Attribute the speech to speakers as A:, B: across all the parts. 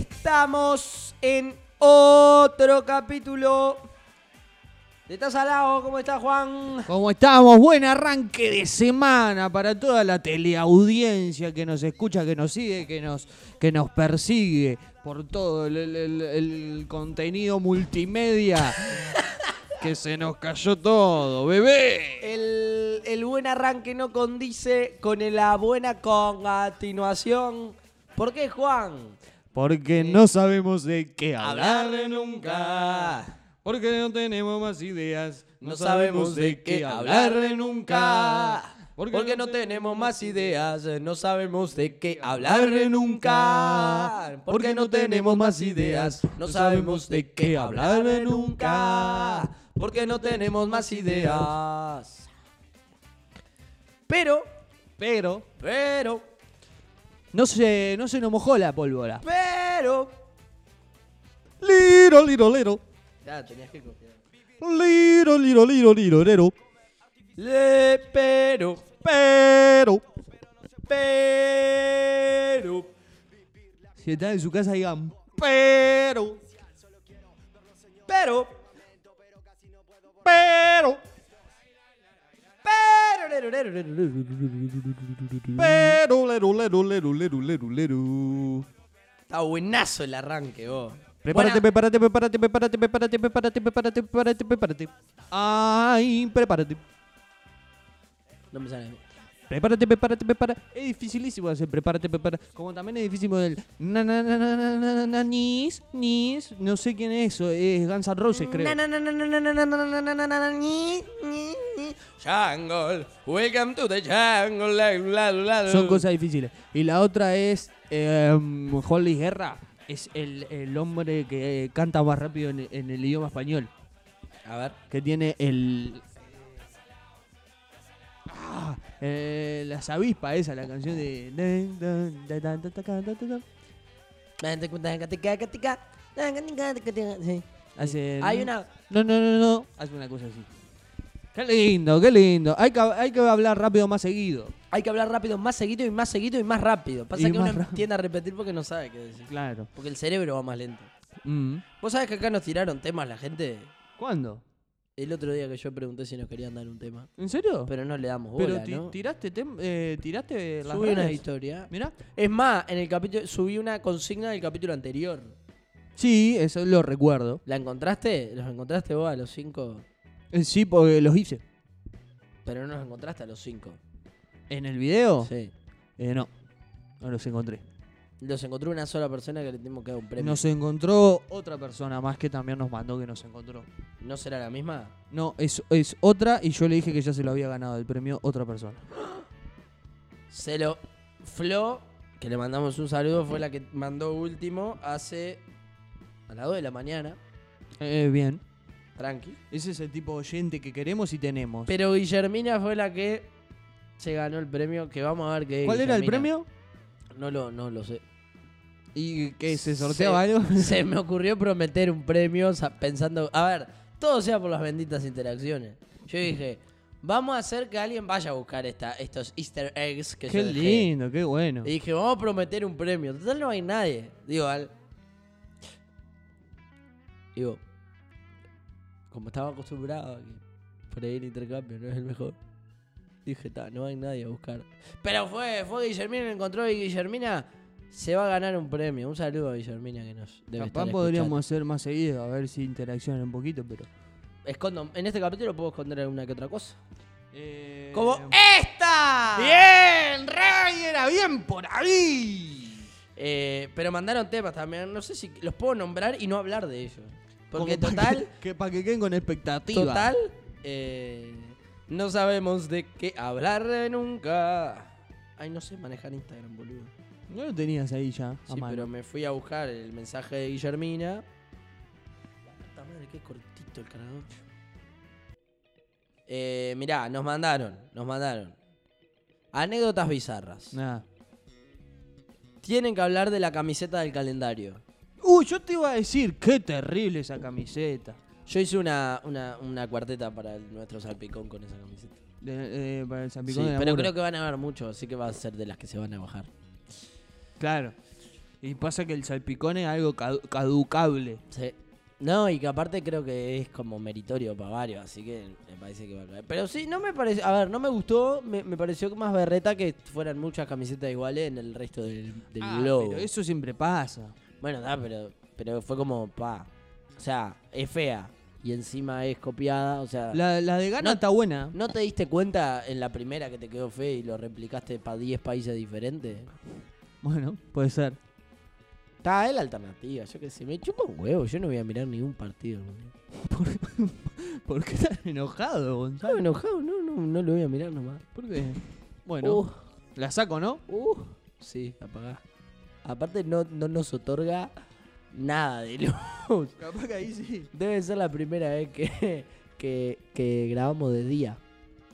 A: estamos en otro capítulo de Taza al Lado. ¿Cómo está Juan?
B: ¿Cómo estamos? Buen arranque de semana para toda la teleaudiencia que nos escucha, que nos sigue, que nos, que nos persigue por todo el, el- el- el contenido multimedia. que se nos cayó todo, bebé.
A: El, el buen arranque no condice con la buena continuación. ¿Por qué Juan?
B: Porque no sabemos de qué hablar
A: Hablar nunca.
B: nunca. Porque no tenemos más ideas.
A: No sabemos de qué hablar nunca. Porque no tenemos más ideas, no sabemos de qué hablar nunca. Porque no tenemos más ideas, no sabemos de qué hablar nunca. Porque no tenemos más ideas. Pero,
B: Pero
A: pero,
B: no se, no se nos mojó la pólvora.
A: pero.
B: Liro, liro, liro.
A: Ya tenías que copiar.
B: Liro, liro, liro, liro, lero.
A: Le, pero,
B: Pero.
A: pero.
B: Si están en su casa, digan. Pero.
A: Pero,
B: Pero.
A: pero.
B: Pero, lero, lero, lero, lero, lero, lero.
A: Está buenazo el arranque, vos.
B: Prepárate,
A: Buena-
B: prepárate, prepárate, prepárate, prepárate, prepárate, prepárate, prepárate, prepárate. Ay, prepárate.
A: No me sale.
B: Prepárate, prepárate, prepárate. Es dificilísimo hacer prepárate, prepárate. Como también es dificilísimo el na na na na na na na na nis, nis. No sé quién es eso, es Guns N' Roses, creo.
A: Na, na, na, na, na, na, na, na, na, na, na, na, na, ni, ni, ni. Jungle, welcome to the jungle. la, la, la, la.
B: Son cosas difíciles. Y la otra es em, Holly Guerra. Es el, el hombre que eh, canta más rápido en, en el idioma español.
A: A ver.
B: Que tiene el. Ah, eh, las avispas, esa, la canción de. Hace-
A: Hay una.
B: No, no, no, no. Hace una cosa así. Qué lindo, qué lindo. Hay que, hay que hablar rápido más seguido.
A: Hay que hablar rápido, más seguido y más seguido y más rápido. Pasa
B: Y
A: que
B: más
A: uno
B: rápido.
A: tiende a repetir porque no sabe qué decir.
B: Claro.
A: Porque el cerebro va más lento. Vos sabés que acá nos tiraron temas la gente.
B: Mm. ¿Cuándo?
A: El otro día que yo pregunté si nos querían dar un tema.
B: ¿En serio?
A: Pero no le damos bola,
B: Pero ti-
A: ¿no?
B: tiraste, tem- eh, tiraste las
A: Subí una
B: redes.
A: historia.
B: Mirá.
A: Es más, en el capítulo subí una consigna del capítulo anterior.
B: Sí, eso lo recuerdo.
A: ¿La encontraste? ¿Los encontraste vos a los cinco?
B: Eh, Sí, porque los hice.
A: Pero no los encontraste a los cinco.
B: ¿En el video?
A: Sí.
B: Eh, no. No los encontré.
A: Los encontró una sola persona que le tenemos que dar un premio.
B: Nos encontró otra persona más que también nos mandó que nos encontró.
A: ¿No será la misma?
B: No, es, es otra y yo le dije que ya se lo había ganado el premio otra persona.
A: Se lo... Flo, que le mandamos un saludo, fue la que mandó último hace... A las 2 de la mañana.
B: Eh, bien.
A: Tranqui.
B: Ese es el tipo de oyente que queremos y tenemos.
A: Pero Guillermina fue la que se ganó el premio, que vamos a ver qué es
B: ¿Cuál era el
A: Guillermina.
B: premio?
A: No lo, no lo sé.
B: ¿Y que
A: Se-
B: se sorteaba algo?
A: Se me ocurrió prometer un premio sa- pensando, a ver, todo sea por las benditas interacciones. Yo dije, vamos a hacer que alguien vaya a buscar esta, estos easter eggs que
B: Qué
A: yo dejé.
B: lindo, qué bueno.
A: Y dije, vamos a prometer un premio. Total no hay nadie. Digo, al... Digo, como estaba acostumbrado a que por ahí el intercambio no es el mejor. Dije, "Ta, no hay nadie a buscar. Pero fue, fue Guillermina, lo encontró y Guillermina se va a ganar un premio. Un saludo a Guillermina que nos debe
B: Capaz
A: estar
B: podríamos hacer más seguido, a ver si interaccionan un poquito, pero...
A: escuchando. Escondo, en este capítulo puedo esconder alguna que otra cosa.
B: Eh,
A: Como esta.
B: ¡Bien! ¡Rey era bien por ahí!
A: Eh, pero mandaron temas también. No sé si los puedo nombrar y no hablar de ellos. Porque
B: Como pa'
A: total...
B: que- que para que queden con expectativa.
A: Total, eh, no sabemos de qué hablar nunca. Ay, no sé manejar Instagram, boludo.
B: No lo tenías ahí ya, a
A: Sí,
B: mano.
A: pero me fui a buscar el mensaje de Guillermina. Puta madre, qué cortito el cargador. Eh, mirá, nos mandaron, nos mandaron. Anécdotas bizarras.
B: Nada.
A: Tienen que hablar de la camiseta del calendario.
B: Uy, yo te iba a decir, qué terrible esa camiseta.
A: Yo hice una, una, una cuarteta para el- nuestro salpicón con esa camiseta.
B: De- eh, para el San
A: Sí,
B: Picón de
A: pero
B: Namuro.
A: creo que van a haber muchos, así que va a ser de las que se van a bajar.
B: Claro. Y Y pasa que el salpicón es algo cadu- caducable.
A: Sí. No, y que aparte creo que es como meritorio para varios, así que me parece que va a caer. Pero sí, no me parece. A ver, no me gustó, me, me pareció más berreta que fueran muchas camisetas iguales en el resto del, del
B: Ah,
A: globo.
B: pero eso siempre pasa.
A: Bueno, da, pero, pero fue como, pa. O sea, es fea y encima es copiada, o sea.
B: La, la de Ghana
A: No-
B: está buena.
A: ¿No te diste cuenta en la primera que te quedó fea y lo replicaste para 10 países diferentes?
B: Bueno, puede ser.
A: Está, es la alternativa, yo qué sé. Me chupa un huevo, yo no voy a mirar ningún partido. boludo.
B: ¿Por qué estás enojado,
A: Estaba
B: Gonzalo?
A: enojado, no, no, no lo voy a mirar nomás.
B: ¿Por qué? Bueno,
A: Uh.
B: la saco, ¿no?
A: Uh, sí, apagá. Aparte no, no nos otorga nada de luz.
B: Capaz que ahí sí.
A: Debe ser la primera vez que, que, que grabamos de día.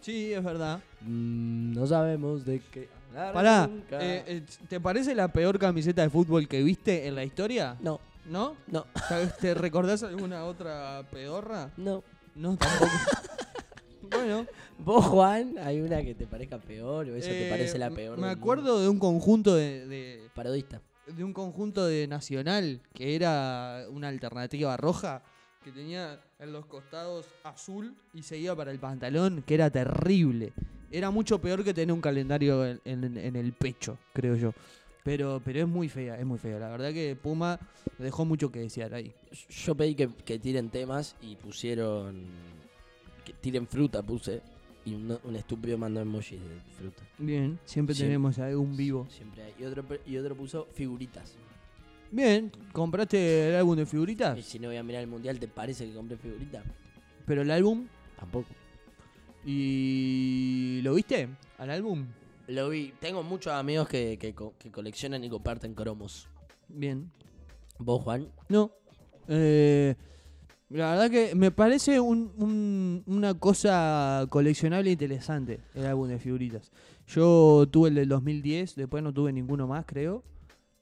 B: Sí, es verdad.
A: Mm, no sabemos de qué hablar
B: Pará,
A: nunca.
B: eh, eh, ¿te parece la peor camiseta de fútbol que viste en la historia?
A: No,
B: ¿No?
A: no,
B: ¿Sabes- ¿Te recordás alguna otra pedorra?
A: no.
B: No, tampoco. bueno,
A: Vos, Juan, hay una que te parezca peor o esa te
B: eh,
A: parece la
B: me-
A: peor.
B: Me
A: del mundo.
B: acuerdo de un conjunto de, de-
A: Parodista.
B: de un conjunto de Nacional que era una alternativa roja que tenía en los costados azul y seguía para el pantalón, que era terrible. Era mucho peor que tener un calendario en, en- en el pecho, creo yo. Pero, pero es muy fea, es muy fea. La verdad que Puma dejó mucho que desear ahí.
A: Yo pedí que, que tiren temas y pusieron. Que tiren fruta, puse. Y un, un estúpido mandó emojis de fruta.
B: Bien, siempre
A: Sí.
B: tenemos algún vivo.
A: Siempre hay. Y otro, pe- y otro puso figuritas.
B: Bien, ¿compraste el álbum de figuritas?
A: Y si no voy a mirar el mundial, ¿te parece que compré figuritas?
B: Pero el álbum,
A: Tampoco.
B: ¿y lo viste? ¿Al álbum?
A: Lo vi. Tengo muchos amigos que, que co- que coleccionan y comparten cromos.
B: Bien.
A: ¿Vos, Juan?
B: No. Eh, la verdad que me parece un- un- una cosa coleccionable e interesante el álbum de figuritas. Yo tuve el del 2010, después no tuve ninguno más, creo.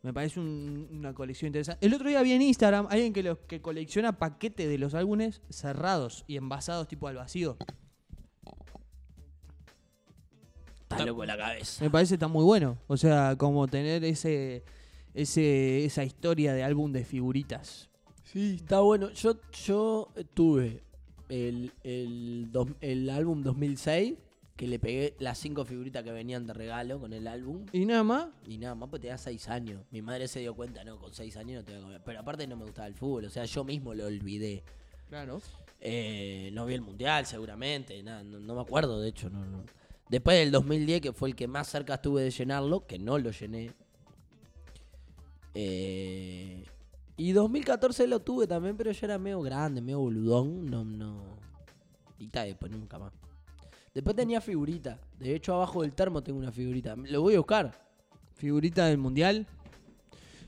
B: Me parece un- una colección interesante. El otro día vi en Instagram alguien que, los, que colecciona paquetes de los álbumes cerrados y envasados tipo al vacío.
A: Estás loco en la cabeza.
B: Me parece está muy bueno. O sea, como tener ese, ese esa historia de álbum de figuritas.
A: Sí, está bueno. Yo, yo eh, tuve el, el, dos- el álbum 2006 que le pegué las cinco figuritas que venían de regalo con el álbum.
B: Y nada más,
A: Y nada más, pues te da 6 años. Mi madre se dio cuenta, no, con 6 años no te voy a comer. Pero aparte no me gustaba el fútbol, o sea, yo mismo lo olvidé.
B: claro.
A: Eh, no vi el mundial, seguramente, nada, no, no me acuerdo, de hecho. No, no. Después del 2010, que fue el que más cerca estuve de llenarlo, que no lo llené. Eh, y 2014 lo tuve también, pero yo era medio grande, medio boludón. No, no. Y ta, después nunca más. Después tenía figurita. De hecho, abajo del termo tengo una figurita. Lo voy a buscar.
B: Figurita del mundial.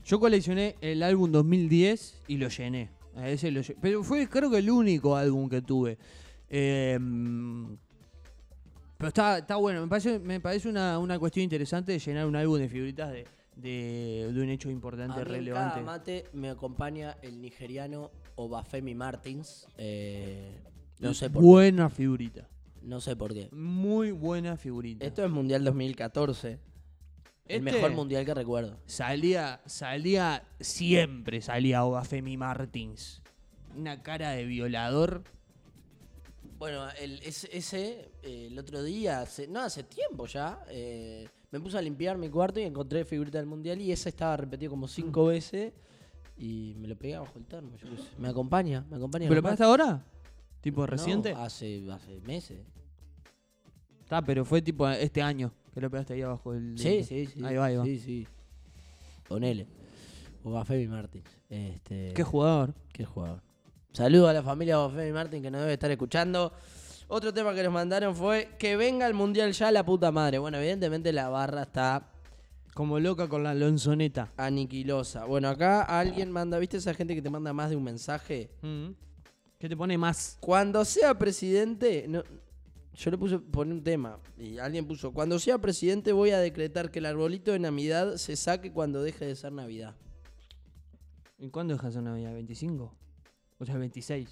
B: Yo coleccioné el álbum 2010 y lo llené. A ese lo lle- Pero fue creo que el único álbum que tuve. Eh, pero está, está bueno, me parece, me parece una, una cuestión interesante de llenar un álbum de figuritas de, de- de un hecho importante,
A: A mí en cada
B: relevante.
A: mate me acompaña el nigeriano Obafemi Martins. Eh, no sé por
B: buena figurita.
A: qué. No sé por qué.
B: Muy buena figurita.
A: Esto es Mundial 2014. El
B: Este
A: mejor mundial que recuerdo.
B: Salía, salía, siempre salía Obafemi Martins. Una cara de violador.
A: Bueno, el, ese, ese, eh, el otro día, hace- no, hace tiempo ya, eh, me puse a limpiar mi cuarto y encontré figurita del mundial y esa estaba repetida como cinco veces y me lo pegué bajo el termo. yo qué sé. Me acompaña, me acompaña.
B: ¿Pero lo
A: capaz.
B: pagaste ahora? ¿Tipo
A: No, ah.
B: reciente?
A: hace, hace meses.
B: Está, pero fue tipo este año que lo pegaste ahí abajo del.
A: Sí, sí, sí.
B: Ahí va, ahí va.
A: Sí, sí. Ponele. O a Femi Martins. Este,
B: Qué jugador.
A: qué jugador. Saludo a la familia de Femi Martins que nos debe estar escuchando. Otro tema que nos mandaron fue que venga el mundial ya la puta madre. Bueno, evidentemente la barra está
B: Como loca con la lonzoneta.
A: aniquilosa. Bueno, acá alguien manda, ¿viste esa gente que te manda más de un mensaje?
B: ¿Qué te pone más?
A: Cuando sea presidente, no, yo le puse poner un tema y alguien puso, cuando sea presidente voy a decretar que el arbolito de Navidad se saque cuando deje de ser Navidad.
B: ¿Y cuándo dejas una vida? ¿25? O sea, 26.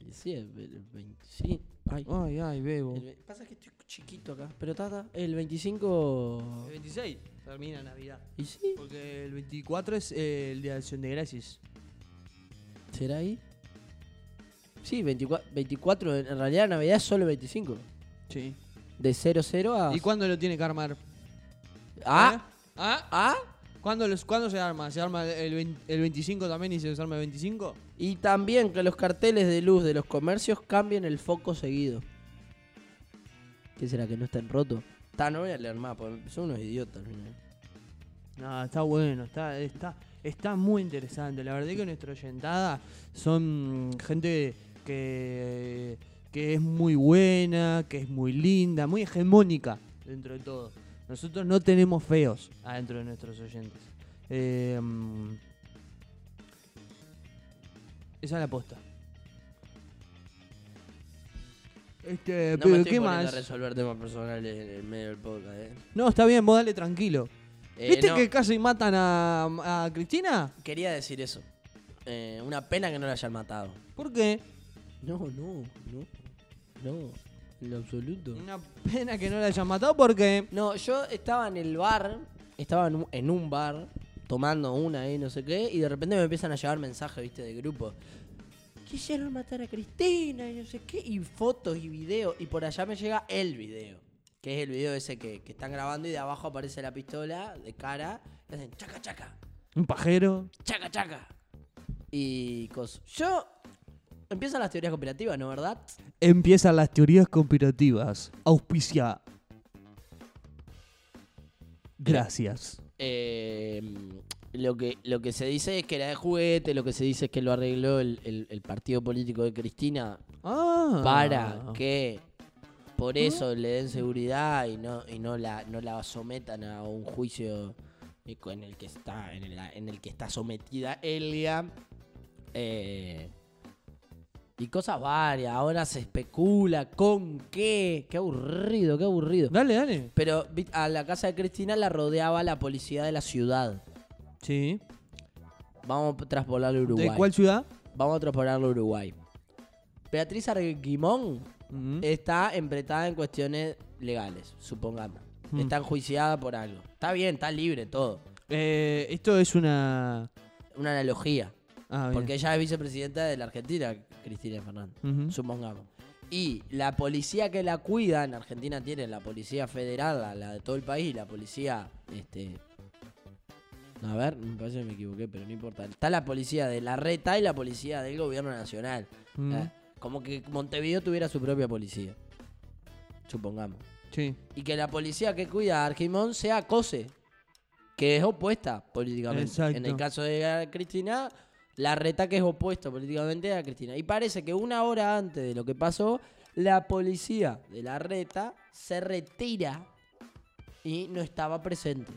A: Y Sí, el 25. Ay.
B: Ay, ay, bebo.
A: El ve- pasa que estoy chiquito acá. Pero tata, el 25.
B: El 26 termina Navidad.
A: ¿Y sí?
B: Porque el 24 es eh, el día de acción de gracias.
A: ¿Será ahí? Sí, 24, 24. En en realidad, Navidad es solo 25.
B: Sí.
A: De 00 a.
B: ¿Y cuándo lo tiene que armar?
A: ¿Ah?
B: ¿Eh? ¿Ah?
A: ¿Ah?
B: ¿Cuándo, los- cuándo se arma? ¿Se arma el, vein- el 25 también y se desarma el 25?
A: Y también que los carteles de luz de los comercios cambien el foco seguido. ¿Qué será que no están rotos? Ta, no voy a leer más, porque son unos idiotas. al final.
B: No, está bueno, está, está, está muy interesante. La verdad que nuestra oyentada son gente que, que es muy buena, que es muy linda, muy hegemónica dentro de todo. Nosotros no tenemos feos adentro de nuestros oyentes. Eh, mm, esa es la posta. Este,
A: No
B: pero
A: me estoy
B: ¿qué
A: poniendo a
B: más?
A: resolver temas personales en el medio del podcast, eh.
B: No, está bien, vos dale tranquilo.
A: Eh,
B: ¿Viste
A: no,
B: que casi matan a, a Cristina?
A: Quería decir eso. Eh, una pena que no la hayan matado.
B: ¿Por qué?
A: No, no, no. No, en lo absoluto.
B: Una pena que no la hayan matado porque.
A: No, yo estaba en el bar, estaba en un, en un bar, tomando una y no sé qué, y de repente me empiezan a llevar mensajes, viste, de grupo. Quisieron matar a Cristina y no sé qué, y fotos y videos, y por allá me llega el video, que es el video ese que, que están grabando y de abajo aparece la pistola de cara, y hacen chaca chaca,
B: Un pajero.
A: chaca chaca. Y cosas. Yo... Empiezan las teorías cooperativas, ¿no, verdad?
B: Empiezan las teorías conspirativas. Auspicia. Gracias.
A: Eh, lo, que, lo que se dice es que era de juguete, lo que se dice es que lo arregló el, el- el partido político de Cristina
B: Ah.
A: para que por eso le den seguridad y no, y no la, no la sometan a un juicio en el que está, en el, en el que está sometida Elia. Eh, y cosas varias. Ahora se especula con qué. Qué aburrido, qué aburrido.
B: Dale, dale.
A: Pero vi- a la casa de Cristina la rodeaba la policía de la ciudad.
B: Sí.
A: Vamos a traspolarlo a Uruguay.
B: ¿De cuál ciudad?
A: Vamos a traspolarlo a Uruguay. Beatriz Arguimón
B: Mm.
A: está empretada en cuestiones legales, supongamos.
B: Mm.
A: Está enjuiciada por algo. Está bien, está libre todo.
B: Eh, esto es una.
A: Una analogía.
B: Ah, bien.
A: Porque ella es vicepresidenta de la Argentina, Cristina Fernández.
B: Ujú.
A: supongamos. Y la policía que la cuida, en Argentina tiene la policía federal, la, la de todo el país, la policía, este... A ver, me parece que me equivoqué, pero no importa. Está la policía de la reta y la policía del gobierno nacional.
B: Mm.
A: Eh, Como que Montevideo tuviera su propia policía. Supongamos.
B: Sí.
A: Y que la policía que cuida a Argimón sea COSE, que es opuesta políticamente.
B: Exacto.
A: En el caso de Cristina, la reta que es opuesta políticamente a Cristina. Y parece que una hora antes de lo que pasó, la policía de la reta se retira y no estaba presente.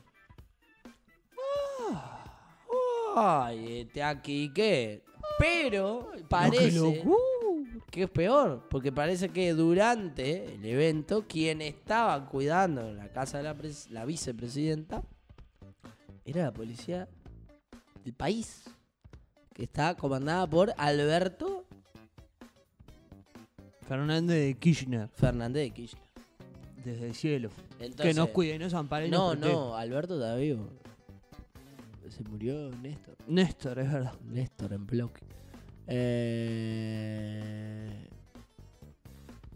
A: Ay, este aquí qué. Pero parece
B: Uh.
A: que es peor, porque parece que durante el evento quien estaba cuidando la casa de la, pres- la vicepresidenta era la policía del país, que está comandada por Alberto
B: Fernández de Kirchner.
A: Fernández de Kirchner.
B: Desde el cielo.
A: Eh, Entonces-
B: que nos cuide, nos ampare. y
A: No,
B: nos protege.
A: no, Alberto está vivo. Se murió Néstor.
B: Néstor, es verdad.
A: Néstor en bloque. Eh...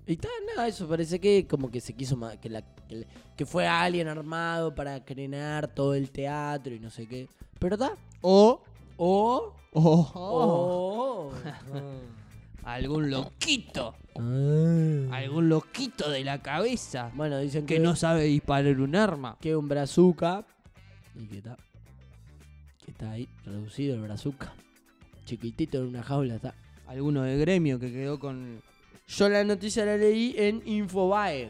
A: Y tal, nada, eso parece que como que se quiso ma- que, la, que, la- que fue alguien armado para crear todo el teatro y no sé qué. Pero está.
B: O.
A: O.
B: O.
A: O.
B: Algún loquito. Algún loquito de la cabeza.
A: Bueno, dicen que,
B: Que no sabe disparar un arma.
A: que un brazuca. Y que está. Que está ahí, reducido el brazuca. Chiquitito en una jaula está.
B: Alguno de gremio que quedó con.
A: Yo la noticia la leí en Infobae.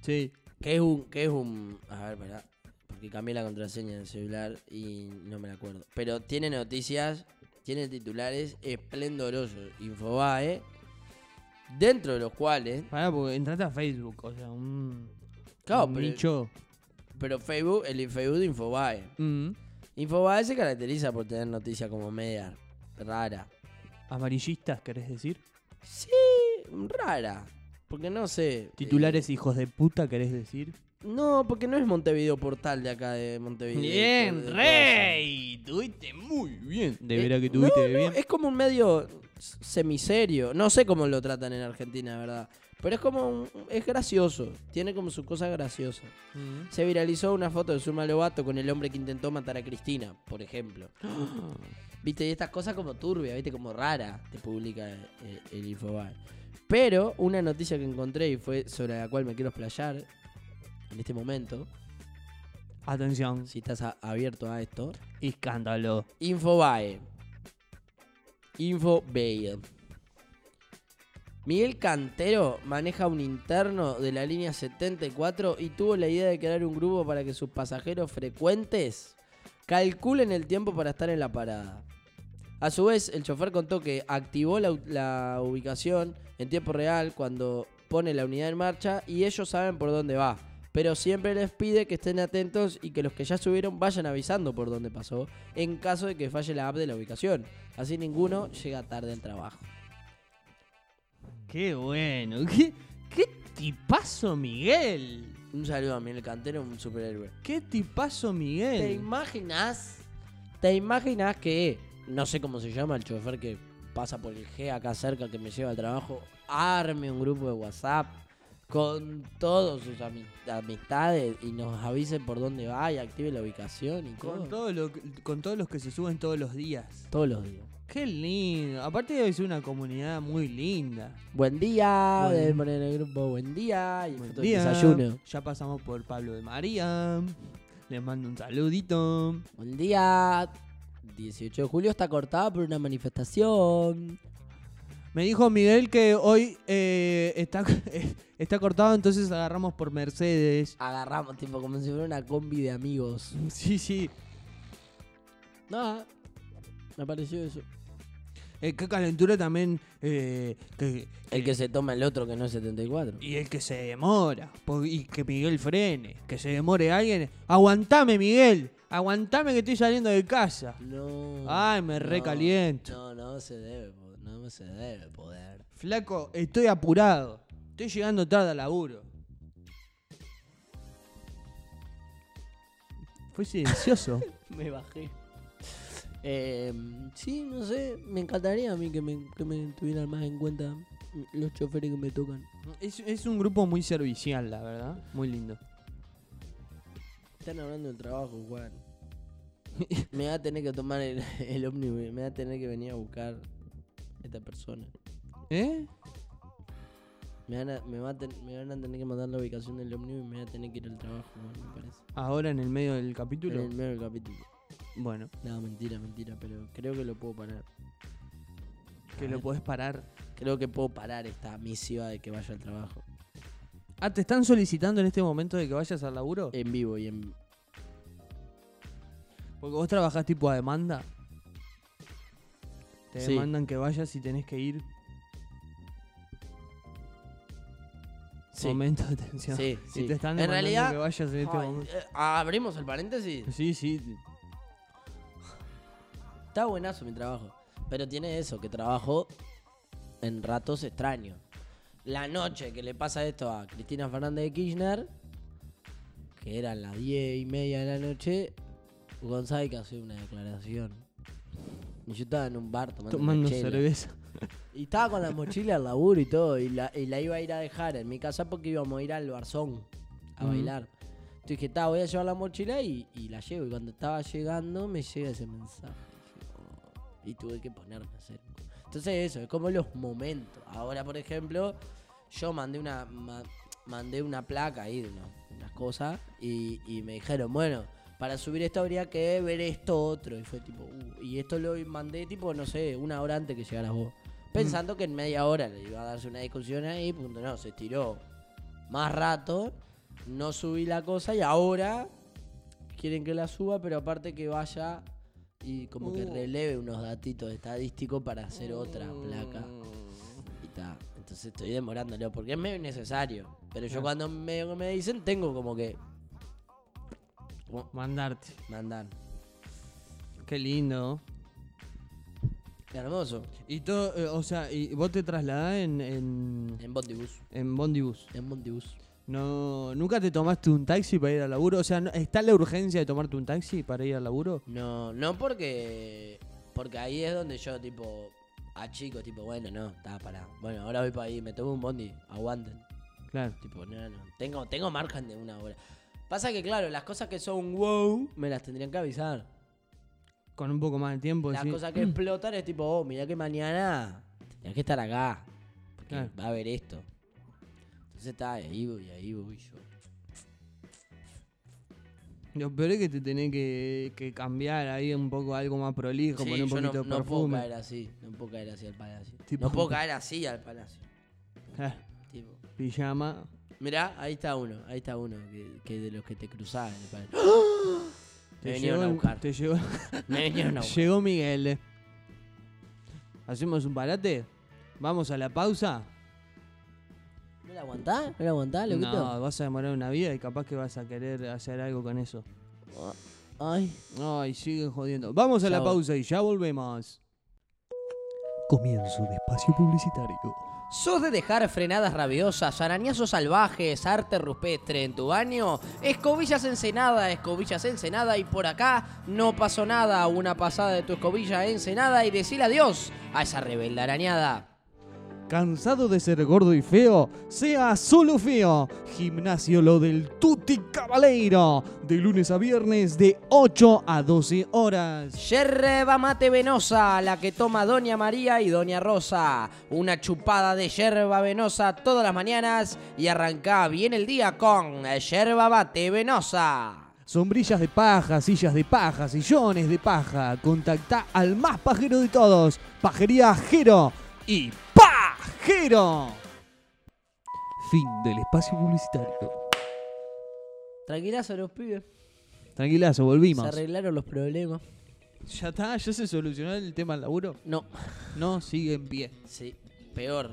B: Sí.
A: Que es un. Que es un. A ver, pará. Porque cambié la contraseña del celular y no me la acuerdo. Pero tiene noticias, tiene titulares esplendorosos. Infobae. Dentro de los cuales.
B: Pará, porque entraste a Facebook. O sea, un.
A: Claro,
B: un
A: pero-
B: nicho.
A: Pero Facebook, el Facebook de Infobae.
B: Mm,
A: Infobae se caracteriza por tener noticias como media rara.
B: Eh. Amarillistas, querés decir.
A: Sí, rara. Porque no sé.
B: ¿Titulares hijos de puta querés decir?
A: eh, no, porque no es Montevideo Portal de acá de Montevideo. De- de-
B: Eh, Tuviste muy bien. De
A: Eh,
B: veras que tuviste
A: no, no,
B: bien.
A: Es como un medio s- semiserio. No sé cómo lo tratan en Argentina, la verdad. Pero es como. un- es gracioso. Tiene como su cosa graciosa.
B: Mm.
A: Se viralizó una foto de Zulma Lobato con el hombre que intentó matar a Cristina, por ejemplo.
B: Mm.
A: Viste, y estas cosas como turbia, viste, como rara te publica eh, el, Infobae. Pero una noticia que encontré y fue sobre la cual me quiero explayar en este momento,
B: Atención.
A: si estás a- abierto a esto.
B: Escándalo.
A: Infobae. Infobae. Miguel Cantero maneja un interno de la línea 74 y tuvo la idea de crear un grupo para que sus pasajeros frecuentes calculen el tiempo para estar en la parada. A su vez, el chofer contó que activó la, u- la ubicación en tiempo real cuando pone la unidad en marcha y ellos saben por dónde va. Pero siempre les pide que estén atentos y que los que ya subieron vayan avisando por dónde pasó en caso de que falle la app de la ubicación. Así ninguno llega tarde al trabajo.
B: Qué bueno. Qué, qué tipazo, Miguel.
A: Un saludo a Miguel Cantero, un superhéroe.
B: Qué tipazo,
A: ¿Te
B: Miguel.
A: imaginas? ¿Te imaginas que, no sé cómo se llama el chofer que pasa por el G acá cerca que me lleva al trabajo, arme un grupo de WhatsApp con todos sus ami- amistades y nos avise por dónde va y active la ubicación y todo?
B: Con, todo lo que- con todos los que se suben todos los días.
A: Todos los días.
B: Qué lindo. Aparte debe ser una comunidad muy linda.
A: Buen día,
B: Buen-
A: deben poner en el grupo buen día y
B: Buen
A: foto
B: día.
A: del desayuno.
B: Ya pasamos por Pablo de María. Les mando un saludito.
A: Buen día. 18 de julio está cortada por una manifestación.
B: Me dijo Miguel que hoy eh, está, está cortado, entonces agarramos por Mercedes.
A: Agarramos, tipo, como si fuera una combi de amigos.
B: Sí, sí.
A: Nada. Me pareció eso.
B: Eh, qué calentura también. eh, que-
A: El que se toma el otro que no es 74.
B: y el que se demora. po- Y que Miguel frene. Que se demore alguien. Aguantame, Miguel. Aguantame que estoy saliendo de casa.
A: No.
B: Ay, me recaliento.
A: No, no se debe, po- no se debe poder.
B: Flaco, estoy apurado. Estoy llegando tarde al laburo. Fue silencioso.
A: Me bajé. Eh, sí, no sé. Me encantaría a mí que me, que me tuvieran más en cuenta los choferes que me tocan.
B: es, es un grupo muy servicial, la verdad. Muy lindo.
A: Están hablando del trabajo, Juan. me va a tener que tomar el, el ómnibus, me va a tener que venir a buscar esta persona.
B: ¿Eh?
A: Me van a, me va a ten- me van a tener que mandar la ubicación del ómnibus y me voy a tener que ir al trabajo, Juan, me parece.
B: Ahora en el medio del
A: En
B: capítulo.
A: el medio del capítulo.
B: Bueno,
A: No, mentira, mentira, pero creo que lo puedo parar.
B: que lo podés parar.
A: Creo que puedo parar esta misiva de que vaya al trabajo.
B: Ah, ¿te están solicitando en este momento de que vayas al laburo?
A: En vivo y en...
B: Porque vos trabajás tipo a demanda. Te
A: Sí.
B: demandan que vayas y tenés que ir.
A: Sí.
B: Momento de tensión.
A: Sí,
B: Y
A: sí.
B: te están
A: En
B: demandando
A: realidad-
B: que vayas en este
A: Ay,
B: momento.
A: eh, Abrimos el paréntesis.
B: Sí, sí.
A: Está buenazo mi trabajo. Pero tiene eso, que trabajo en ratos extraños. La noche que le pasa esto a Cristina Fernández de Kirchner, que eran las diez y media de la noche, González que hace una declaración. Y yo estaba en un bar tomando, una
B: Tomando
A: chela.
B: cerveza.
A: Y estaba con la mochila al laburo y todo. Y la, y la iba a ir a dejar en mi casa porque íbamos a ir al Barzón a
B: Ujú.
A: bailar. Entonces dije, "Ta, voy a llevar la mochila y, y la llevo. Y cuando estaba llegando, me llega ese mensaje. Y, dije, "Oh". Y tuve que ponerme a hacer. Entonces, eso, es como los momentos. Ahora, por ejemplo, yo mandé una ma- mandé una placa ahí de una- unas cosas y, y me dijeron, bueno, para subir esto habría que ver esto otro. Y fue tipo, "Uh". y esto lo mandé tipo, no sé, una hora antes que llegaras vos. Pensando que en media hora le iba a darse una discusión ahí, punto, no, se estiró más rato, no subí la cosa y ahora quieren que la suba, pero aparte que vaya y como que
B: Uh.
A: releve unos datitos estadísticos para hacer otra placa. Y ta, entonces estoy demorándolo porque es medio innecesario. Pero yo
B: Claro.
A: cuando me, me dicen tengo como que
B: Mandarte.
A: mandar.
B: Qué lindo.
A: Hermoso.
B: Y todo, eh, o sea, y vos te trasladás en, en,
A: En Bondibus.
B: en Bondibus.
A: En Bondibus.
B: No, ¿Nunca te tomaste un taxi para ir al laburo? O sea, ¿no- ¿está la urgencia de tomarte un taxi para ir al laburo?
A: No, no porque. Porque ahí es donde yo, tipo, a chicos, tipo, bueno, no, está pará. Bueno, ahora voy para ahí, me tomo un bondi, aguanten.
B: Claro.
A: Tipo, no, no. Tengo, tengo margen de una hora. Pasa que, claro, las cosas que son wow, me las tendrían que avisar.
B: Con un poco más de tiempo,
A: Las
B: Pues sí.
A: cosas que explotan es tipo, oh, mirá que mañana tendrás que estar acá. Porque
B: Claro.
A: va a haber esto. Entonces está, y ahí voy, y ahí voy yo.
B: Lo peor es que te tenés que, que cambiar ahí un poco algo más prolijo,
A: Sí,
B: poner un
A: yo no,
B: poquito de
A: no puedo
B: perfume.
A: caer así, no puedo caer así al palacio.
B: Tipo-
A: No puedo caer así al palacio.
B: Claro.
A: Tipo.
B: Ah, Pijama.
A: Mirá, ahí está uno, ahí está uno, que, que de los que te cruzaban. el padre. Me
B: ¡Ah! Te
A: vinieron a
B: llegó-
A: buscar.
B: Te llegó,
A: Me vinieron a buscar.
B: llegó Miguel. ¿Hacemos un parate? ¿Vamos a la pausa?
A: ¿No la aguantás? ¿No la aguantás,
B: No,
A: Ah, loquito?
B: vas a demorar una vida y capaz que vas a querer hacer algo con eso.
A: Ay.
B: Ay, siguen jodiendo. Vamos a
A: Ya
B: la
A: vol-
B: pausa y ya volvemos. Comienzo de espacio publicitario.
A: ¿Sos de dejar frenadas rabiosas, arañazos salvajes, arte rupestre en tu baño? Escobillas Ensenada, Escobillas Ensenada y por acá no pasó nada. Una pasada de tu escobilla Ensenada y decir adiós a esa rebelde arañada.
B: ¿Cansado de ser gordo y feo? Sea solo feo. Gimnasio lo del Tutti Cabaleiro. De lunes a viernes de 8 a 12 horas.
A: Yerba mate venosa, la que toma Doña María y Doña Rosa. Una chupada de yerba venosa todas las mañanas y arranca bien el día con yerba mate venosa.
B: Sombrillas de paja, sillas de paja, sillones de paja. Contacta al más pajero de todos. Pajería Jero y Pajero. Fin del espacio publicitario.
A: Tranquilas a los pibes,
B: Tranquilazo, volvimos.
A: arreglaron los problemas.
B: ¿Ya está? ¿Ya se solucionó el tema del laburo?
A: No,
B: No, sigue en pie.
A: sí, peor.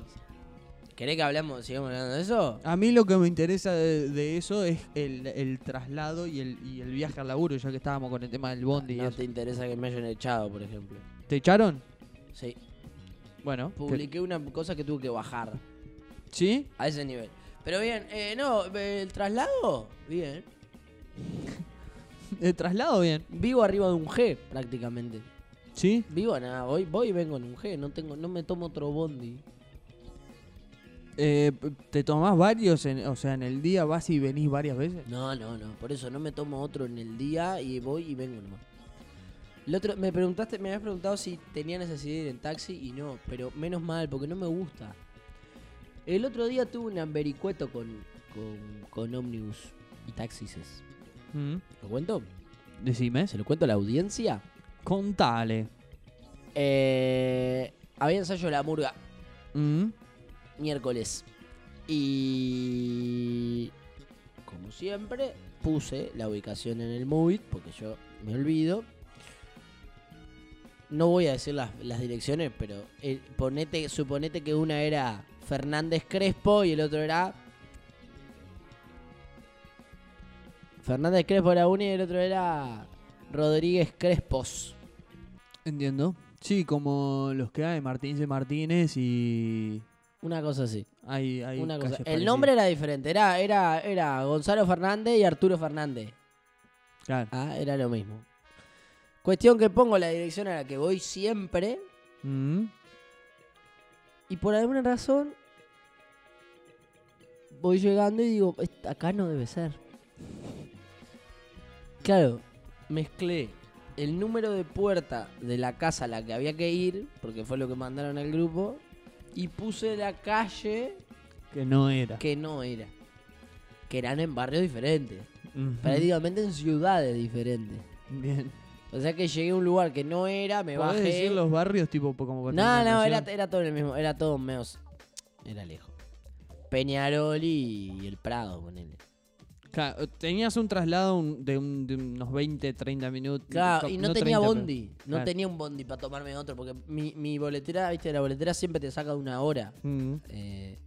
A: ¿Querés que hablamos, sigamos hablando de eso?
B: A mí lo que me interesa de, de eso es el, el traslado y el, y el viaje al laburo, ya que estábamos con el tema del bondi. y
A: No
B: eso.
A: te
B: te...
A: interesa que me hayan echado, por ejemplo.
B: echaron?
A: Sí,
B: Bueno.
A: publiqué una cosa que tuve que bajar
B: que- ¿Sí?
A: a ese nivel. Pero bien, eh, no, el traslado, bien.
B: ¿El traslado bien?
A: Vivo arriba de un G prácticamente.
B: ¿Sí?
A: Vivo nada, voy, voy y vengo en un G, no tengo, no me tomo otro bondi.
B: Eh, p- ¿Te tomás varios? en- o sea, en el día vas y venís varias veces.
A: No, no, no. Por eso no me tomo otro en el día y voy y vengo nomás. El otro, me preguntaste, me habías preguntado si tenía necesidad de ir en taxi y no, pero menos mal, porque no me gusta. El otro día tuve un ambericueto con, con, con ómnibus y taxis.
B: Mm.
A: ¿Lo cuento?
B: Decime.
A: ¿Se lo cuento a la audiencia?
B: Contale.
A: Eh, había ensayo de la murga.
B: Mm.
A: miércoles. Y como siempre, puse la ubicación en el Movit porque yo me olvido. No voy a decir las, las direcciones, pero eh, ponete, suponete que una era Fernández Crespo y el otro era. Fernández Crespo era una y el otro era Rodríguez Crespos.
B: Entiendo. Sí, como los que hay, Martínez y Martínez y...
A: Una cosa así.
B: Hay, hay
A: Una cosa.
B: calles
A: El
B: parecidas.
A: nombre era diferente. Era, era, era Gonzalo Fernández y Arturo Fernández.
B: Claro.
A: Ah, era lo mismo. Cuestión que pongo la dirección a la que voy siempre.
B: Mm.
A: Y por alguna razón. Voy llegando y digo, "Est- acá no debe ser. Claro, mezclé el número de puerta de la casa a la que había que ir, porque fue lo que mandaron al grupo, y puse la calle
B: Que no era.
A: que no era. Que eran en barrios diferentes.
B: Ujú.
A: Prácticamente en ciudades diferentes.
B: Bien.
A: O sea que llegué a un lugar que no era, me
B: ¿Podés
A: bajé.
B: decir los barrios tipo po- como
A: no, no, era,
B: continuación?
A: era todo el mismo, era todo menos. Era lejos. Peñarol y, y el Prado, ponele.
B: Claro, tenías un traslado un- de, un- de unos 20, 30 minutos.
A: Claro,
B: cap-
A: y no, tenía
B: 30, pero-
A: bondi. No
B: Claro.
A: tenía un bondi para tomarme otro, porque mi, mi boletera, viste, la boletera siempre te saca una hora.
B: Mm.
A: Eh,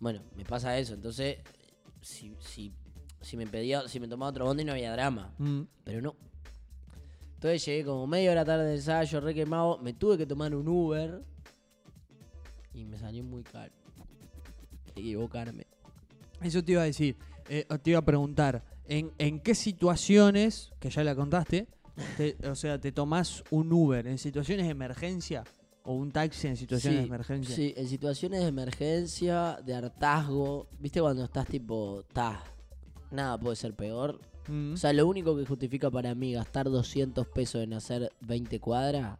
A: bueno, me pasa eso. Entonces, si, si, si me pedía, si me tomaba otro bondi no había drama.
B: Mm.
A: Pero no. Entonces llegué como media hora tarde de ensayo, re quemado. Me tuve que tomar un Uber. Y me salió muy caro. Equivocarme.
B: Eso te iba a decir, eh, te iba a preguntar, ¿en, en qué situaciones, que ya la contaste, te- o sea, te tomás un Uber en situaciones de emergencia o un taxi en situaciones de
A: Sí,
B: emergencia?
A: Sí, en situaciones de emergencia, de hartazgo. ¿Viste cuando estás tipo, ta, nada puede ser peor?
B: Mm.
A: O sea, lo único que justifica para mí gastar 200 pesos en hacer 20 cuadras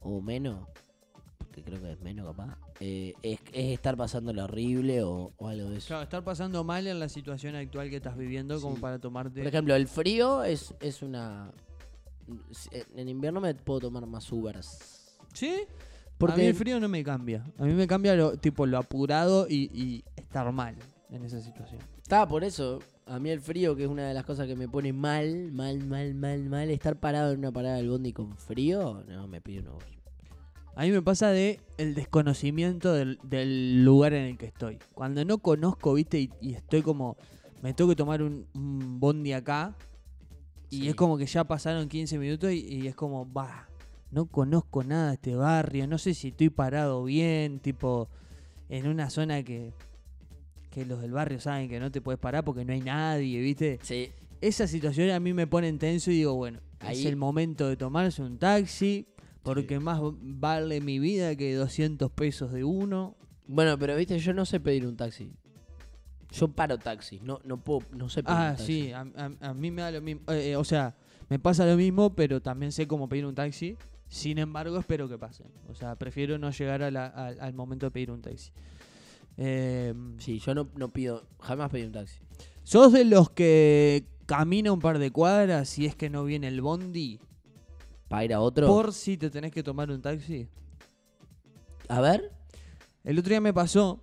A: o menos, porque creo que es menos capaz, eh, es, es estar pasándolo horrible o, o algo de eso.
B: Claro, estar pasando mal en la situación actual que estás viviendo como
A: Sí.
B: para tomarte...
A: Por ejemplo, el frío es, es una. En invierno me puedo tomar más Ubers.
B: ¿Sí?
A: Porque-
B: a mí el frío no me cambia. A mí me cambia lo, tipo, lo apurado y, y estar mal en esa situación.
A: Está, por eso. A mí el frío, que es una de las cosas que me pone mal, mal, mal, mal, mal, estar parado en una parada del bondi con frío, no, me pide un Uber.
B: A mí me pasa de el desconocimiento del, del lugar en el que estoy. Cuando no conozco, viste, y, y estoy como, me tengo que tomar un, un bondi acá, y
A: Sí.
B: es como que ya pasaron 15 minutos y, y es como, va, no conozco nada de este barrio, no sé si estoy parado bien, tipo, en una zona que, que los del barrio saben que no te puedes parar porque no hay nadie, viste.
A: Sí,
B: Esas situaciones a mí me ponen tenso y digo, bueno, es
A: Ahí-
B: el momento de tomarse un taxi, porque más vale mi vida que 200 pesos de uno.
A: Bueno, pero viste, yo no sé pedir un taxi. Yo paro taxis, no, no puedo, no sé pedir
B: Ah,
A: un taxi.
B: sí, a, a- a mí me da lo mismo. Eh, eh, o sea, me pasa lo mismo, pero también sé cómo pedir un taxi. Sin embargo, espero que pasen. O sea, prefiero no llegar a la- al- al momento de pedir un taxi. Eh,
A: Sí, yo no, no pido, jamás pedí un taxi.
B: ¿Sos de los que camina un par de cuadras si es que no viene el bondi?
A: ¿Para ir a otro?
B: Por si te tenés que tomar un taxi.
A: A ver,
B: El otro día me pasó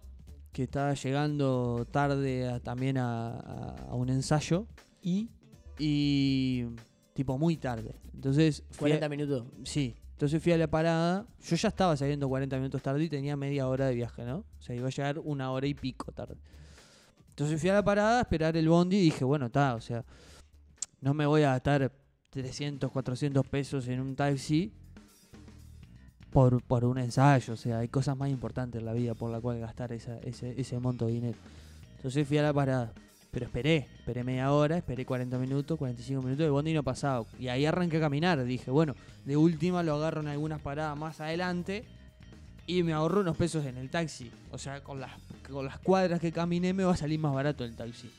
B: que estaba llegando tarde a- también a, a- a un ensayo y, tipo muy tarde. Entonces fui a-
A: 40 minutos.
B: sí, entonces fui a la parada. Yo ya estaba saliendo 40 minutos tarde y tenía media hora de viaje, ¿no? O sea, iba a llegar una hora y pico tarde. Entonces fui a la parada a esperar el bondi y dije, bueno, está, o sea, no me voy a gastar 300, 400 pesos en un taxi por, por un ensayo. O sea, hay cosas más importantes en la vida por la cual gastar esa- ese, ese monto de dinero. Entonces fui a la parada. Pero esperé, esperé media hora, esperé 40 minutos, 45 minutos, el bondi no pasaba. Y ahí arranqué a caminar. Dije, bueno, de última lo agarro en algunas paradas más adelante y me ahorro unos pesos en el taxi. O sea, con las, con las cuadras que caminé me va a salir más barato el taxi.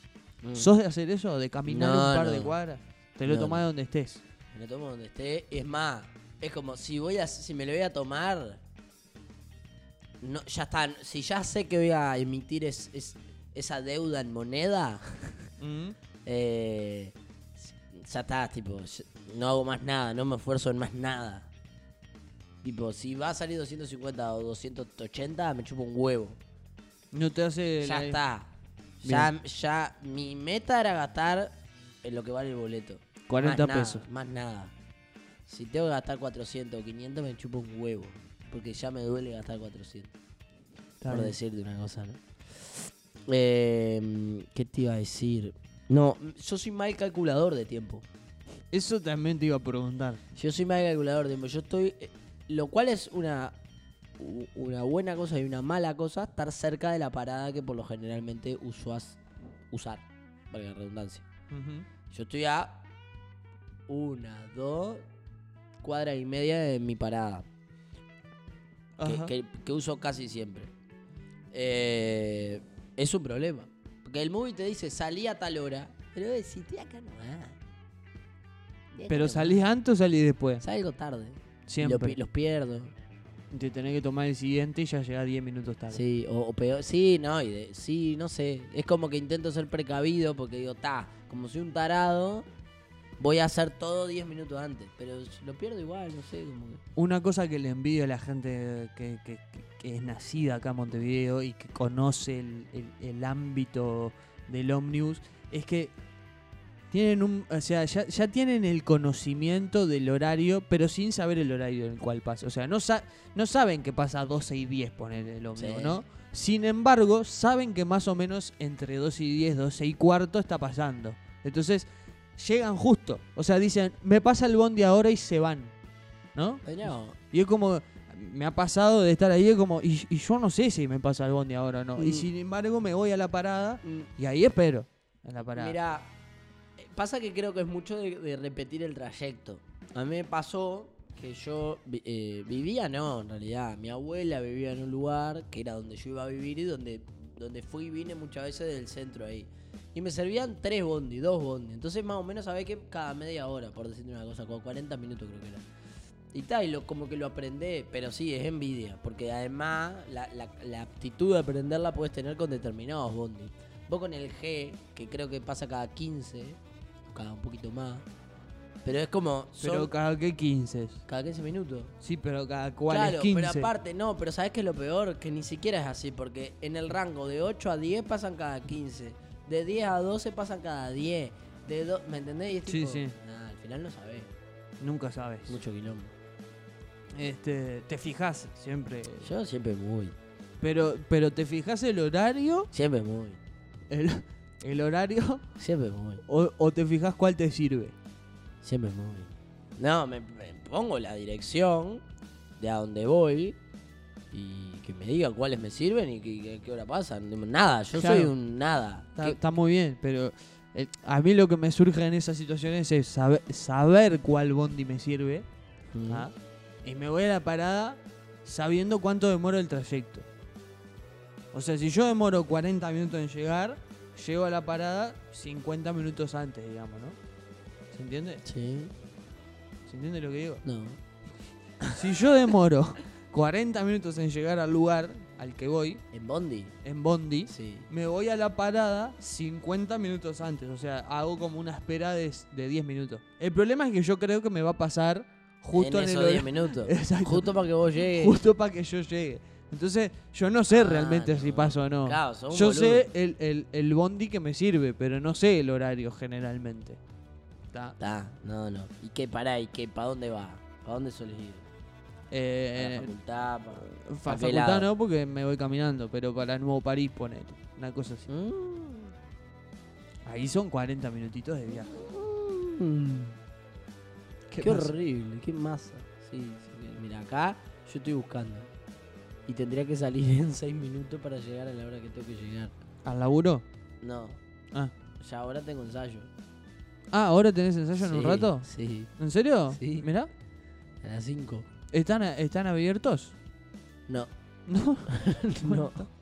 B: ¿Sos de hacer eso? ¿De caminar
A: Mm. No,
B: un par
A: no.
B: de cuadras? Te lo
A: No,
B: tomás
A: no.
B: donde estés.
A: Me lo tomo donde esté. Es más, es como si voy a, si me lo voy a tomar. No, ya está. Si ya sé que voy a emitir es- es- esa deuda en moneda, Mm. eh, ya está, tipo, ya- no hago más nada, no me esfuerzo en más nada. Tipo, si va a salir 250 o 280, me chupo un huevo.
B: No te hace...
A: Ya
B: la-
A: está. Ya, ya, mi meta era gastar en lo que vale el boleto.
B: 40
A: Más nada,
B: pesos.
A: más nada. Si tengo que gastar 400 o 500, me chupo un huevo. Porque ya me duele gastar 400.
B: Está
A: por
B: bien.
A: decirte una cosa, ¿no? Eh, ¿Qué te iba a decir? No, yo soy mal calculador de tiempo.
B: Eso también te iba a preguntar.
A: Yo soy mal calculador de tiempo. Yo estoy. eh, Lo cual es una. u- Una buena cosa y una mala cosa estar cerca de la parada que por lo generalmente usuas usar. Valga la redundancia. Yo estoy a. Una, dos. Cuadra y media de mi parada. que-
B: Ajá.
A: que, que uso casi siempre. Eh, es un problema. Porque el movie te dice salí a tal hora. Pero eh, si estoy acá no va.
B: ¿Pero salís antes o salís después?
A: Salgo tarde. Y lo
B: Siempre.
A: pi- los pierdo.
B: Te tenés que tomar el siguiente y ya llegás 10 minutos tarde.
A: Sí, o, o peor. Sí, no, y de- sí, no sé. Es como que intento ser precavido porque digo, ta, como soy un tarado, voy a hacer todo 10 minutos antes. Pero lo pierdo igual, no sé. Como que-
B: Una cosa que le envidio a la gente que, que- que- que es nacida acá en Montevideo y que conoce el, el- el ámbito del Omnibus es que tienen un. O sea, ya, ya tienen el conocimiento del horario, pero sin saber el horario en el cual pasa. O sea, no, sa- no saben que pasa a 12 y 10 poner el Omnibus,
A: Sí.
B: ¿no? Sin embargo, saben que más o menos entre 12 y 10, 12 y cuarto está pasando. Entonces, llegan justo. O sea, dicen, me pasa el bondi ahora y se van. ¿No?
A: Pero,
B: Y es como, me ha pasado de estar ahí, es como, y, y yo no sé si me pasa el bondi ahora o no. Y
A: Mm.
B: sin embargo me voy a la parada
A: mm,
B: y ahí espero. En la parada.
A: Mira, eh, pasa que creo que es mucho de, de repetir el trayecto. A mí me pasó que yo vi- eh, vivía, no, en realidad. Mi abuela vivía en un lugar que era donde yo iba a vivir y donde, donde fui y vine muchas veces del centro ahí. Y me servían tres bondi, dos bondi. Entonces más o menos sabés que cada media hora, por decirte una cosa, como 40 minutos creo que era. Y tal, y lo, como que lo aprendé, pero sí, es envidia, porque además la, la- la aptitud de aprenderla puedes tener con determinados bondis. Vos con el G, que creo que pasa cada 15, cada un poquito más, pero es como... son
B: pero cada que 15.
A: cada 15 minutos.
B: Sí, pero cada cual
A: claro,
B: es 15.
A: pero aparte, no, pero ¿sabés qué es lo peor? Que ni siquiera es así, porque en el rango de 8 a 10 pasan cada 15, de 10 a 12 pasan cada 10, de do- ¿me entendés? Y es
B: Sí,
A: tipo,
B: sí.
A: nah, al final no sabés,
B: Nunca sabes.
A: mucho quilombo.
B: Este, te fijas siempre.
A: Yo siempre muy,
B: Pero, pero te fijas el horario,
A: siempre muy.
B: el, el horario,
A: Siempre muy,
B: o, o te fijas cuál te sirve.
A: siempre muy. No, me, me pongo la dirección de a donde voy y que me diga cuáles me sirven y que- que- qué hora pasan. Nada, yo
B: Claro.
A: soy un nada.
B: Está,
A: Que-
B: está muy bien, pero eh, a mí lo que me surge en esas situaciones es saber, saber cuál bondi me sirve.
A: Mm.
B: ¿ah? Y me voy a la parada sabiendo cuánto demoro el trayecto. O sea, si yo demoro 40 minutos en llegar, llego a la parada 50 minutos antes, digamos, ¿no? ¿Se entiende?
A: Sí,
B: ¿Se entiende lo que digo?
A: no.
B: Si yo demoro 40 minutos en llegar al lugar al que voy,
A: ¿En Bondi?
B: en Bondi,
A: Sí.
B: me voy a la parada 50 minutos antes. O sea, hago como una espera de, de 10 minutos. El problema es que yo creo que me va a pasar justo en,
A: en
B: el
A: esos
B: hora-
A: 10 minutos.
B: Exacto.
A: Justo para que vos llegues.
B: Justo para que yo llegue. Entonces, yo no sé
A: Ah,
B: realmente si
A: no.
B: paso o no.
A: Claro, sos un
B: yo
A: boludo.
B: sé el, el- el bondi que me sirve, pero no sé el horario generalmente. Está.
A: Está, no, no. ¿Y qué pará? ¿Y qué? ¿Para dónde va? ¿Para dónde solés ir? ¿Para
B: Eh,
A: la facultad? ¿Pa-
B: fa-
A: pa' qué
B: facultad
A: lado?
B: no, porque me voy caminando, pero para Nuevo París, poner Una cosa así.
A: Mm.
B: Ahí son 40 minutitos de viaje.
A: Mm. Qué,
B: pasa?
A: horrible, qué masa. Sí, sí, mira, acá yo estoy buscando. Y tendría que salir en 6 minutos para llegar a la hora que tengo que llegar.
B: ¿Al laburo?
A: No,
B: Ah.
A: ya ahora tengo ensayo.
B: Ah, ahora tenés ensayo en un
A: Sí,
B: rato.
A: Sí,
B: ¿En serio?
A: Sí.
B: Mirá,
A: a las 5.
B: están, están abiertos.
A: No,
B: No.
A: no.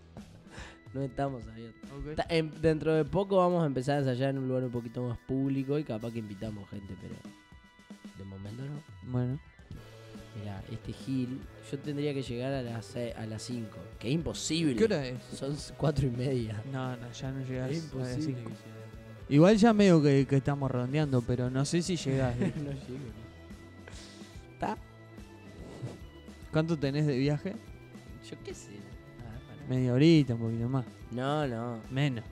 A: No estamos abiertos. Ta- em- dentro de poco vamos a empezar a ensayar en un lugar un poquito más público y capaz que invitamos gente, pero de momento no.
B: Bueno,
A: Mira, este Gil, yo tendría que llegar a las, se- a las 5, que es imposible.
B: ¿qué hora es?
A: Son 4 y media.
B: No, no, ya no llegás.
A: Es
B: a las
A: imposible.
B: cinco. Igual ya medio que, que estamos redondeando, pero no sé si llegás.
A: que llegue. no llego. ¿no? Ta,
B: ¿Cuánto tenés de viaje?
A: Yo qué sé. Ah, pará.
B: Media horita, un poquito más.
A: No, no.
B: Menos.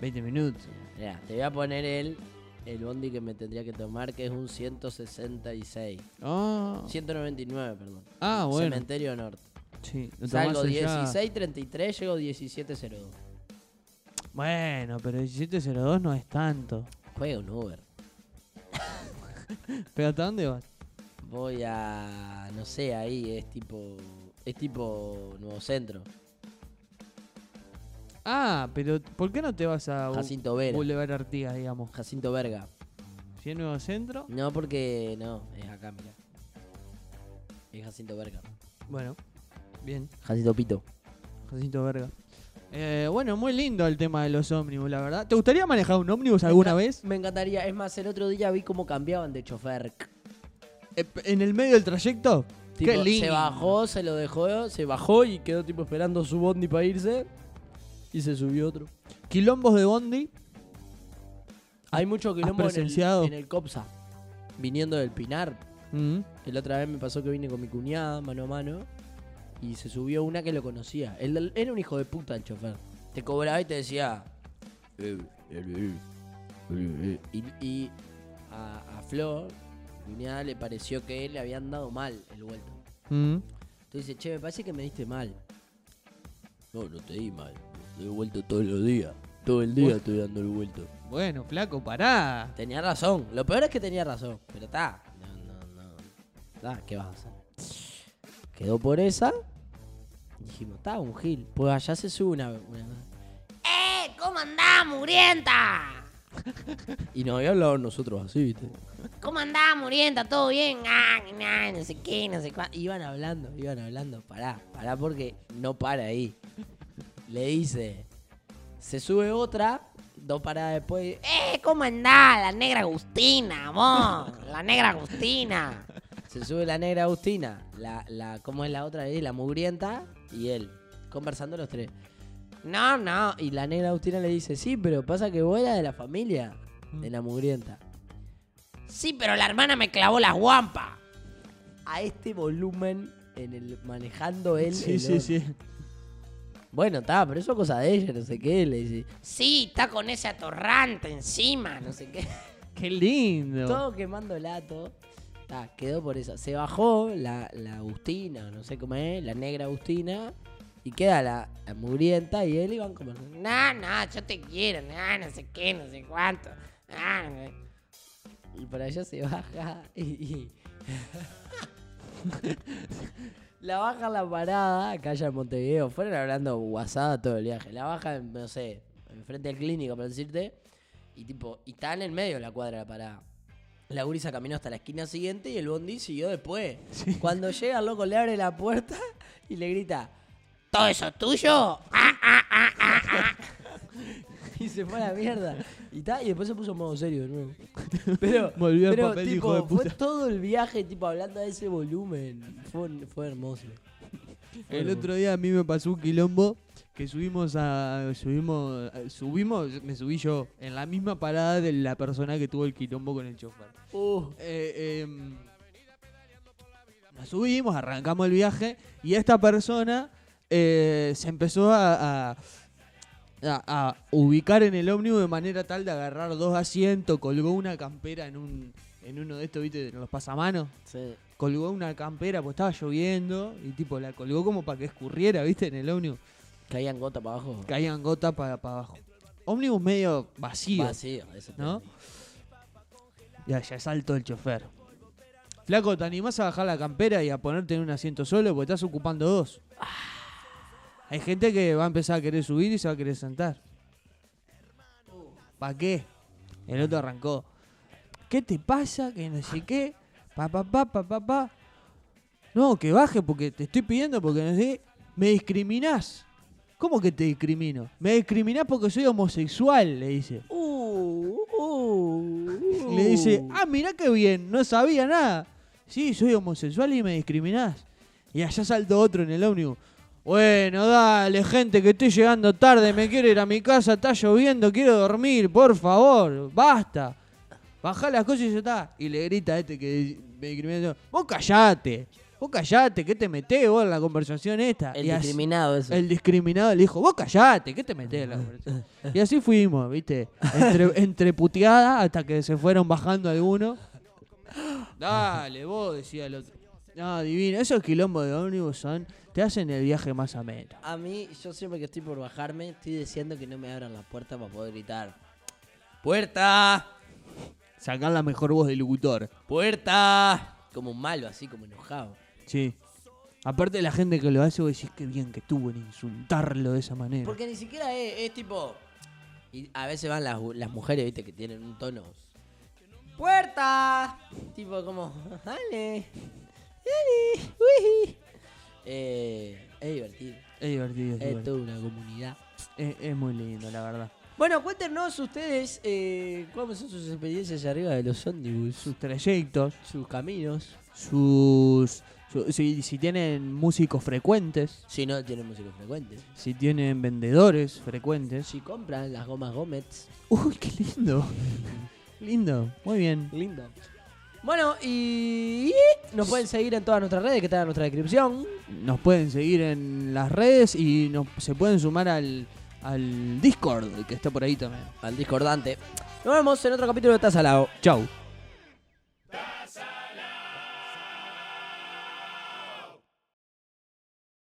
B: 20 minutos.
A: Mirá, te voy a poner el, el bondi que me tendría que tomar, que es un 166.
B: Ah,
A: Oh. 199, perdón.
B: Ah, bueno.
A: Cementerio Norte.
B: sí. lo
A: Salgo
B: tomás allá.
A: 16.33, llego 17.02.
B: Bueno, pero 1702 no es tanto.
A: Juega un Uber.
B: ¿Pero hasta dónde vas?
A: Voy a. No sé, ahí es tipo. Es tipo Nuevo Centro.
B: Ah, pero ¿por qué no te vas a Bu-
A: Jacinto Vera.
B: Boulevard Artigas, digamos?
A: Jacinto Verga.
B: Si es Nuevo Centro,
A: No, porque. No, es acá, mira. Es Jacinto Verga.
B: bueno, bien.
A: Jacinto Pito.
B: Jacinto Verga. Eh, bueno, muy lindo el tema de los ómnibus, la verdad. ¿Te gustaría manejar un ómnibus alguna vez?
A: Me encantaría. Es más, el otro día vi cómo cambiaban de chofer.
B: Eh, p- ¿En el medio del trayecto?
A: Tipo,
B: Qué lindo.
A: Se bajó, se lo dejó, se bajó y quedó tipo esperando su bondi para irse. Y se subió otro.
B: Quilombos de Bondi.
A: Hay mucho quilombo en el,
B: presenciado?
A: en el COPSA. Viniendo del Pinar.
B: Mm.
A: Que La otra vez me pasó que vine con mi cuñada, mano a mano, y se subió una que lo conocía. El del- era un hijo de puta el chofer. Te cobraba y te decía. "Eh, eh, eh, eh". Y, y a, a Flor, mi cuñada, le pareció que le habían dado mal el vuelto.
B: Mm.
A: Entonces dice, che, me parece que me diste mal. No, no te di mal. Te he vuelto todos los días. Todo el día estoy dando el vuelto.
B: Bueno, flaco, pará.
A: Tenía razón. Lo peor es que tenía razón. Pero está. No, no, no. Está, ¿qué vas a hacer? Quedó por esa. Dijimos, está un gil. Pues allá se sube una. una-
C: ¡Eh! ¿Cómo andás, murienta?
A: Y nos había hablado nosotros así, ¿viste?
C: ¿Cómo andás, murienta? ¿Todo bien? Ah, nah, no sé qué, no sé cuál.
A: Pa- Iban hablando, iban hablando. Pará, pará porque no para ahí. Le dice. Se sube otra. Dos paradas después.
C: ¡Eh! ¿Cómo andás, la negra Agustina, vos? La negra Agustina.
A: Se sube la negra Agustina, la, la, ¿cómo es la otra? ahí? La mugrienta y él, conversando los tres. No, no. Y la negra Agustina le dice, sí, pero pasa que vos eras de la familia de la mugrienta.
C: Sí, pero la hermana me clavó las guampas.
A: A este volumen, en el manejando él. el horno.
B: sí.
A: Bueno, está, pero eso es cosa de ella, no sé qué, le dice.
C: Sí, está con ese atorrante encima, no sé qué.
B: Qué lindo.
A: Todo quemando lato. Ta, quedó por eso. Se bajó la, la Agustina, no sé cómo es, la negra Agustina. Y queda la, la mugrienta y él iban como...
C: No, no, yo te quiero, no, no sé qué, no sé cuánto. Ah, no sé-
A: Y para allá se baja y. y- la baja en la parada, acá allá en Montevideo. Fueron hablando guasada todo el viaje. La baja, en, no sé, enfrente del clínico, para decirte. Y tipo, y está en el medio de la cuadra de la parada. La gurisa caminó hasta la esquina siguiente y el bondi siguió después. Cuando llega el loco le abre la puerta y le grita.
C: ¿Todo eso es tuyo? Ah, ah, ah, ah, ah.
A: Y se fue a la mierda. Y, ta, y después se puso en modo serio de nuevo. Pero,
B: Volvió al
A: pero,
B: papel,
A: tipo,
B: hijo de
A: fue
B: puta.
A: todo el viaje tipo hablando a ese volumen. Fue, fue hermoso.
B: El otro día a mí me pasó un quilombo que subimos a subimos eh, subimos me subí yo en la misma parada de la persona que tuvo el quilombo con el chofer.
A: Uh,
B: Eh, em, nos subimos, arrancamos el viaje y esta persona eh, se empezó a, a- a- a ubicar en el ómnibus de manera tal de agarrar dos asientos, colgó una campera en un en uno de estos, ¿viste? En los pasamanos
A: sí.
B: colgó una campera, pues estaba lloviendo, y tipo la colgó como para que escurriera, ¿viste? En el ómnibus.
A: Caían gota para abajo.
B: Caían gotas para abajo. Ómnibus medio vacío,
A: Vacío, eso te
B: ¿no?
A: digo.
B: Y allá saltó el chofer. Flaco, ¿te animás a bajar la campera y a ponerte en un asiento solo? Porque estás ocupando dos. Hay gente que va a empezar a querer subir y se va a querer sentar. ¿Para qué? El otro arrancó. ¿Qué te pasa? Que no sé qué. Pa, pa, pa, pa, pa, pa. No, que baje porque te estoy pidiendo porque no sé. Me discriminás. ¿Cómo que te discrimino? Me discriminás porque soy homosexual, le dice.
A: Uh, uh,
B: Le dice,
A: uh.
B: ah, mirá qué bien, no sabía nada. Sí, soy homosexual y me discriminás. Y allá saltó otro en el ómnibus. Bueno, dale, gente, que estoy llegando tarde, me quiero ir a mi casa, está lloviendo, quiero dormir, por favor, basta. Bajá las cosas y ya está. Y le grita a este que me discrimina. Vos callate, vos callate, ¿qué te metés vos en la conversación esta?
A: El
B: Y así-
A: discriminado, eso.
B: el discriminado le dijo, vos callate, ¿qué te metés? en la conversación?". Y así fuimos, ¿viste? Entre, entre puteadas hasta que se fueron bajando algunos. Dale, vos, decía el otro. No, divino, esos quilombos de ómnibus son, te hacen el viaje más ameno.
A: A mí, yo siempre que estoy por bajarme, estoy diciendo que no me abran la puerta para poder gritar. ¡Puerta!
B: Sacar la mejor voz del locutor.
A: ¡Puerta! Como un malo, así, como enojado.
B: Sí. Aparte la gente que lo hace, vos decís, qué bien que estuvo en insultarlo de esa manera.
A: Porque ni siquiera es, es tipo. Y a veces van las, las mujeres, viste, que tienen un tono. ¡Puerta! Tipo como. ¡Dale! ¡Dale! uy". Eh, es divertido.
B: Es divertido, es,
A: Es
B: divertido.
A: toda una comunidad.
B: Es- es muy lindo, la verdad.
A: Bueno, cuéntenos ustedes eh, cuáles son sus experiencias arriba de los ómnibus, sus,
B: Sus trayectos,
A: sus caminos.
B: sus... su- si- si tienen músicos frecuentes.
A: Si no tienen músicos frecuentes.
B: Si tienen vendedores frecuentes.
A: Si compran las gomas Gómez.
B: Uy, qué lindo. lindo, muy bien.
A: Lindo. Bueno, y nos pueden seguir en todas nuestras redes que están en nuestra descripción.
B: Nos pueden seguir en las redes y nos, se pueden sumar al, al Discord que está por ahí también.
A: Al discordante. Nos vemos en otro capítulo de Tazalao.
B: Chau.